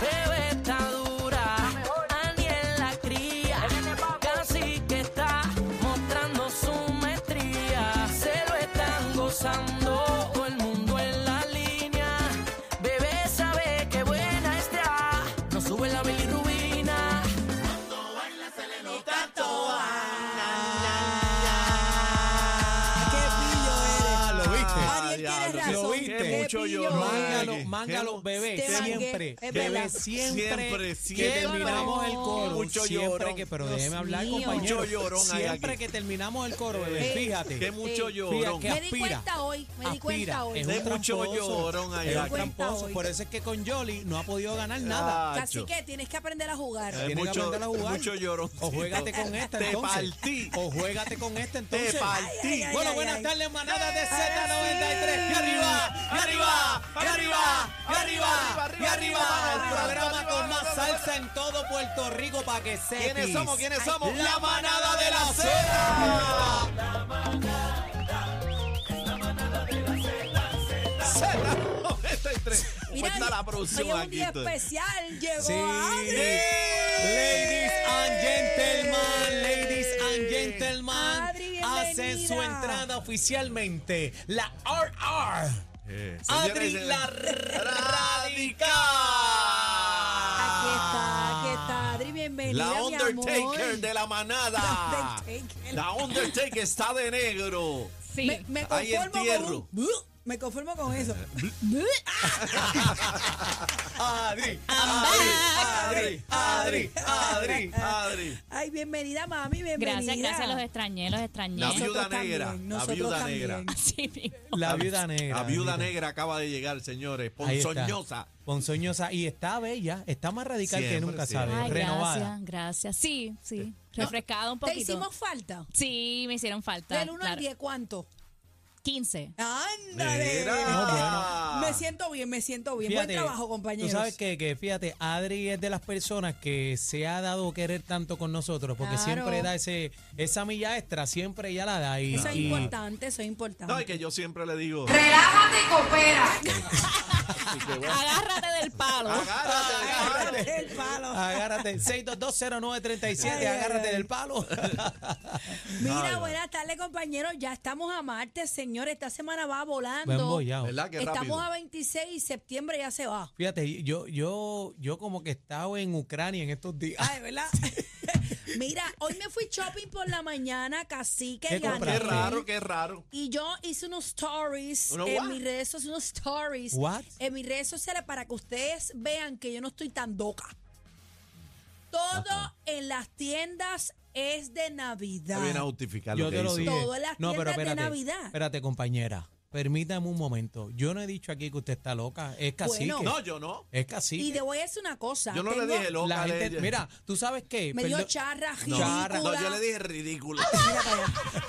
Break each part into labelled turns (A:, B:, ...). A: bebé está dura, Aniel la cría, casi que está mostrando su maestría. Se lo están gozando todo el mundo en la línea. Bebé sabe que buena está, no sube la bilirrubina.
B: Ah, lo viste.
C: Tienes razón.
B: Lo viste.
C: Qué
D: Mucho
C: pillo.
D: llorar.
C: Mángalo,
D: Qué-
C: mángalo, bebé.
B: Te
C: Siempre,
B: mangué.
C: bebé,
B: Este Es verdad.
C: siempre,
D: Siempre,
C: que
D: siempre.
C: terminamos el coro.
D: Mucho
C: siempre
D: llorón.
C: que, pero
D: Dios
C: déjeme hablar,
B: mío.
C: compañero.
D: Mucho llorón hay
C: siempre
D: aquí.
C: que terminamos el coro, bebé,
B: Eh,
C: fíjate.
D: Qué mucho
B: Sí.
D: llorón.
C: Fíjate,
B: Me di
C: aspira.
B: cuenta hoy, me di
C: Aspira,
B: cuenta hoy.
C: Es
D: De
C: un
D: mucho
C: tramposo,
D: llorón hay
C: es un
D: aquí.
C: tramposo.
B: hoy. Ah,
C: Por eso es que con Yoli no ha podido ganar nada.
B: Así que tienes que aprender a jugar.
D: Es
C: Tiene que
D: mucho,
C: aprender a jugar.
D: mucho llorón.
C: O juégate con esta
D: Te
C: entonces.
D: partí.
C: O juégate con esta entonces.
D: Te partí.
C: Bueno,
B: ay,
C: buenas
B: ay.
C: tardes, manada de Z93. Y arriba, y arriba, y arriba, y arriba, y arriba. El programa con más salsa en todo Puerto Rico para que se
D: ¿Quiénes somos? ¿Quiénes somos?
C: La manada de la Z.
B: Mira,
D: Cuenta pues la
B: hoy es
D: producción
B: un
D: aquí.
B: día
D: entonces.
B: especial, llegó
C: Sí.
B: Adri.
C: Ladies and gentlemen, ladies and gentlemen,
B: Adri,
C: hacen su
B: bienvenida.
C: entrada oficialmente la RR.
D: Eh,
C: Adri
D: señores,
C: la radical.
B: Aquí está, aquí está Adri, bienvenida.
D: La
B: mi
D: Undertaker
B: amor.
D: de la manada.
B: Undertaker.
D: La Undertaker está de negro.
B: Sí. Me, me
D: Hay
B: conformo con
D: entierro.
B: un- Buh, Me conformo con eso. ah.
C: Adri,
D: Adri, Adri, Adri, Adri.
B: Ay, bienvenida, mami, bienvenida.
E: Gracias, gracias, los extrañé, los extrañé.
D: La
B: Nosotros
D: viuda
B: también,
D: negra. La
B: nosotros
D: viuda
B: también.
D: negra.
E: Así mismo.
C: La viuda negra.
D: La viuda
C: bendito.
D: negra acaba de llegar, señores.
C: Ahí está.
D: Ponzoñosa.
C: Ponzoñosa. Y está bella, está más radical que
D: Siempre,
C: nunca,
D: siempre.
C: ¿sabes?
E: Ay,
C: Renovada.
E: gracias, gracias. Sí, sí, refrescada un
B: Te
E: poquito.
B: hicimos falta.
E: Sí, me hicieron falta.
B: Del 1 al
E: claro.
B: 10, ¿cuánto?
E: 15.
B: Ándale.
D: Mira. No, bueno.
B: Me siento bien, me siento bien.
C: Fíjate,
B: Buen trabajo, compañeros.
C: Tú sabes que, que, fíjate, Adri es de las personas que se ha dado querer tanto con nosotros, porque
B: Claro.
C: siempre da ese, esa milla extra, siempre ella la da. Y,
B: Eso es
C: y-
B: importante, eso es importante.
D: No, y que yo siempre le digo.
E: Agárrate del palo.
D: Agárrate, agárrate.
B: Agárrate el palo.
C: Agárrate, 6220937,
B: Ay, ay,
C: agárrate
B: ay.
C: del palo.
B: Mira, buenas tardes, compañeros. Ya estamos a martes, señores. Esta semana va
C: Buen
B: volando.
C: bollado.
D: ¿Verdad que rápido?
B: Estamos a 26 y septiembre ya se va.
C: Fíjate, yo, yo, yo como que he estado en Ucrania en estos días.
B: Ay, ¿verdad? Mira, hoy me fui shopping por la mañana, cacique
C: ¿Qué
B: y gané.
D: Qué
C: compraste?
D: raro, qué raro.
B: Y yo hice unos stories
D: ¿Uno
B: en
D: what?
B: mis redes sociales, unos stories
C: What?
B: en mis redes sociales para que ustedes vean que yo no estoy tan loca. Todo en las tiendas es de Navidad.
D: Te viene a justificar lo
C: Yo
D: que
C: te lo
D: hizo.
C: dije.
B: Todas las
C: no, pero
B: tiendas de
C: espérate,
B: Navidad.
C: espérate, compañera. Permítame un momento. Yo no he dicho aquí que usted está loca. Es cacique.
B: Bueno.
D: No, yo no.
C: Es
B: Y
C: cacique.
B: te voy a decir una cosa.
D: Yo no le
B: tengo-
D: dije loca.
C: La
D: de
C: gente,
D: ella.
C: mira, tú sabes qué.
B: Me dio
C: Perdón-
B: charra,
D: no,
B: ridícula.
D: no, yo le dije ridículo.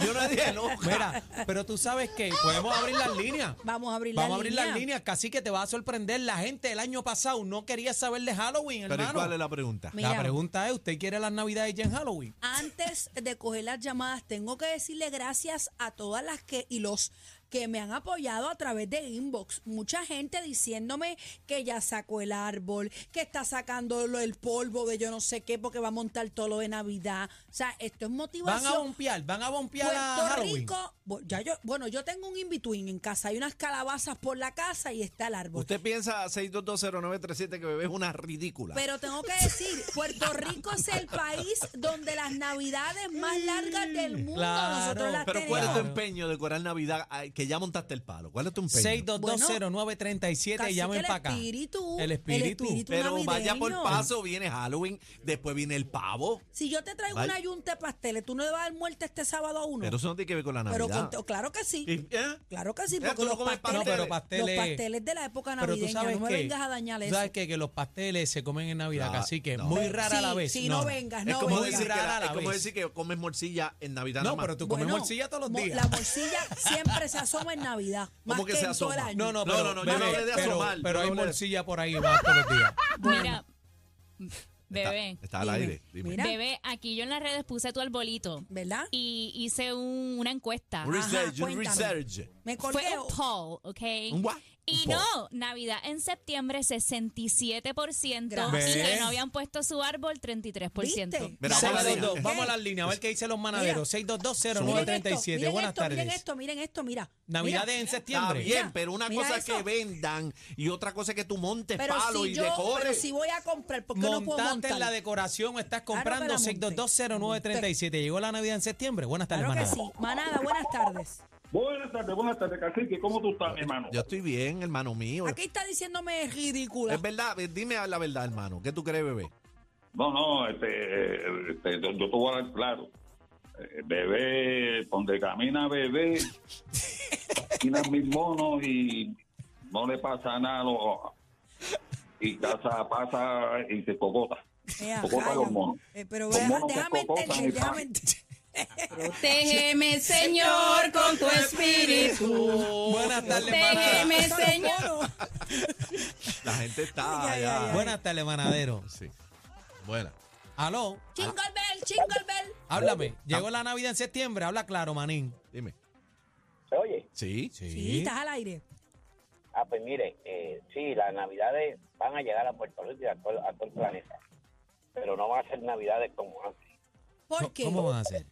D: yo no le dije loca.
C: Mira, pero tú sabes que podemos abrir las líneas.
B: Vamos a abrir
C: Vamos
B: la
C: a abrir
B: línea.
C: las líneas, casi que te va a sorprender. La gente el año pasado no quería saber de Halloween,
D: Pero ¿y
C: hermano.
D: cuál es la pregunta?
B: Mi-
C: La
B: Mira.
C: pregunta es, ¿usted quiere las navidades ya en Halloween?
B: Antes de coger las llamadas, tengo que decirle gracias a todas las que y los que me han apoyado a través de inbox. Mucha gente diciéndome que ya sacó el árbol, que está sacando lo- el polvo de yo no sé qué porque va a montar todo lo de Navidad. O sea, esto
C: Van
B: es
C: a
B: motivación.
C: bompear, van a bompear a
B: Puerto
C: Halloween.
B: Rico, bu- ya yo, bueno, yo tengo un in-between en casa, hay unas calabazas por la casa y está el árbol.
D: Usted piensa 6220937 que bebé es una ridícula.
B: Pero tengo que decir, Puerto Rico es el país donde las navidades más largas del mundo
C: Claro,
B: nosotros las
D: Pero
B: tenemos.
D: ¿cuál es tu
C: Claro.
D: empeño de decorar Navidad? Ay, Que que ya montaste el palo. ¿Cuál es tu empeño?
C: 6220937 y
B: Cacique,
C: llamen
B: el
C: para acá.
B: espíritu,
C: El
B: el
C: espíritu.
B: espíritu.
D: Pero
B: navideño.
D: vaya por paso, viene Halloween, después viene el pavo.
B: Si yo te traigo
D: Vale.
B: una yunta de pasteles, ¿tú no le vas a dar muerte este sábado a uno?
D: Pero eso no tiene que ver con la
B: Pero
D: Navidad.
B: con- claro que sí.
D: Y- ¿eh?
B: Claro que sí,
D: Mira,
B: porque
D: tú no
B: los
D: comes
B: pasteles,
D: pasteles. Pero
C: pasteles-
B: los pasteles de la época
C: Pero tú
B: navideña,
C: sabes
B: no me
C: que,
B: vengas a dañar
C: tú
B: eso.
C: sabes que, que los pasteles se comen en Navidad,
D: No,
C: así que
D: no.
C: muy rara
B: Sí,
C: la vez.
B: sí, no vengas,
D: Es
B: no
D: como,
B: vengas.
D: decir que,
C: Rara
D: la-
C: la
D: es como
C: vez.
D: decir que comes morcilla en Navidad.
C: No,
D: nomás.
C: pero tú comes
B: Bueno,
C: morcilla todos los
B: mo-
C: días.
B: La morcilla siempre se asoma en Navidad.
D: ¿Cómo
B: más
D: que
B: que,
D: se
B: en todo el
D: asoma?
B: año.
C: No, no,
D: No,
C: pero,
D: no, no, yo
C: bebé,
D: no le dé
C: pero-
D: asomar,
C: pero
D: yo
C: hay
D: no le dé-
C: morcilla por ahí más todos los días.
E: Mira,
D: Está-
E: bebé,
D: Está, al
B: Dime,
D: aire. dime.
B: mira.
E: bebé, aquí yo en las redes puse tu arbolito.
B: ¿Verdad?
E: Y hice un- una encuesta.
D: Un Research, un
B: cuéntame.
D: research.
B: Me
E: Fue
B: colgué.
E: un poll, ¿ok?
D: ¿Un what?
E: Y
D: Un poll.
E: no, Navidad en septiembre 67%
B: Gracias.
E: y que
C: ¿Ves?
E: no habían puesto su árbol 33%.
B: ¿Viste?
D: Mira, vamos a la
C: 622,
D: línea.
C: vamos a las líneas, a ver qué dicen los manaderos.
B: Miren
C: 6220937,
B: esto, miren
C: buenas
B: esto, Miren
C: tardes.
B: esto, miren esto, mira.
C: Navidades
B: Mira.
C: en
D: Está
C: septiembre.
D: bien,
B: Mira,
D: pero una
B: mira
D: cosa es
B: eso.
D: que vendan y otra cosa es que tú montes
B: Pero
D: palo
B: si
D: y
B: yo, pero
D: decores.
B: si voy a comprar, ¿por qué no puedo
C: Montaste
B: montar? Ah,
C: en la decoración, estás
B: me la
C: comprando
B: monté.
C: 6220937. Llegó la Navidad en septiembre. Buenas tardes,
B: Claro que
C: manada.
B: sí. Manada, buenas tardes.
F: Buenas tardes, buenas tardes, cacique. ¿Cómo tú estás, mi hermano?
D: Yo estoy bien, hermano mío.
B: Aquí está diciéndome ridícula.
D: Es verdad, eh, dime la verdad, hermano. ¿Qué tú crees, bebé?
F: No, no, este, este, yo, yo te voy a dar claro. Eh, Bebé, donde camina bebé, tiran mis monos y no le pasa nada. a los- y casa pasa y se cocota.
B: Ea,
F: Cocota a los
B: rayo.
F: monos.
B: Eh, pero
F: Los
B: vea-
F: monos se
B: déjame
F: cocotan y
B: entender, déjame
F: pan.
B: entender.
G: Protégeme, Señor, con tu espíritu.
C: Buenas tardes, manada.
G: Protégeme, Señor.
D: La gente está
B: Ay, ay,
D: allá.
B: ay, ay.
C: Buenas tardes, manadero.
D: Sí. Buena.
C: Aló,
B: Jingle bell, jingle bell.
C: háblame. Llegó la Navidad en septiembre, habla claro, manín.
D: Dime.
H: ¿Se oye?
D: Sí.
B: Sí, estás al aire.
H: Ah, pues mire, eh, sí, las navidades van a llegar a Puerto Rico y a todo, a todo el planeta, pero no van a ser navidades como antes.
B: ¿Por qué?
C: ¿Cómo van a hacer?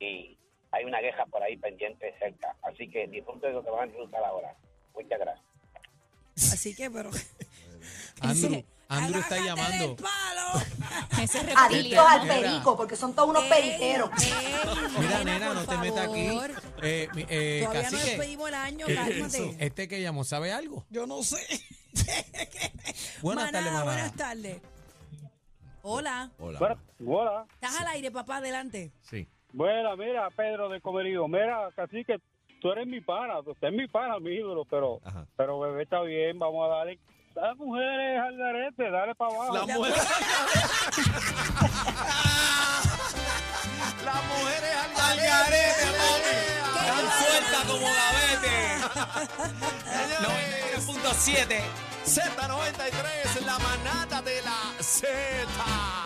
H: Y hay una queja por ahí pendiente cerca, así que disfruten de lo que van a disfrutar ahora. Muchas gracias.
B: Así que, pero.
C: Andrew, Andrew está
B: Agárrate
C: llamando.
B: del palo.
E: Ese es
G: Adictos
E: reptiliano.
G: al perico, porque son todos unos
B: Ey,
G: periqueros.
B: ey,
C: Mira, nena,
B: por
C: no te metas aquí.
B: favor.
C: Eh, mi- eh,
B: Todavía no
C: cacique,
B: despedimos el año,
C: ¿qué
B: cálmate.
C: hizo? este que llamó, ¿sabe algo? Yo no sé. buenas
B: Manada,
C: tardes, manada.
B: Buenas tardes. Hola.
D: Hola.
I: Hola,
B: Estás al aire, papá, adelante.
D: Sí.
I: buena, mira, Pedro de Comerío. Mira, casi que tú eres mi pana, usted es mi pana, mi ídolo, pero,
D: Ajá.
I: pero bebé está bien, vamos a darle. Las mujeres al garete, dale para abajo.
D: La mujer. La mujer es al garete, mami.
C: Tan suelta como la vete. 93.7.
D: Z93, la manada de la Z.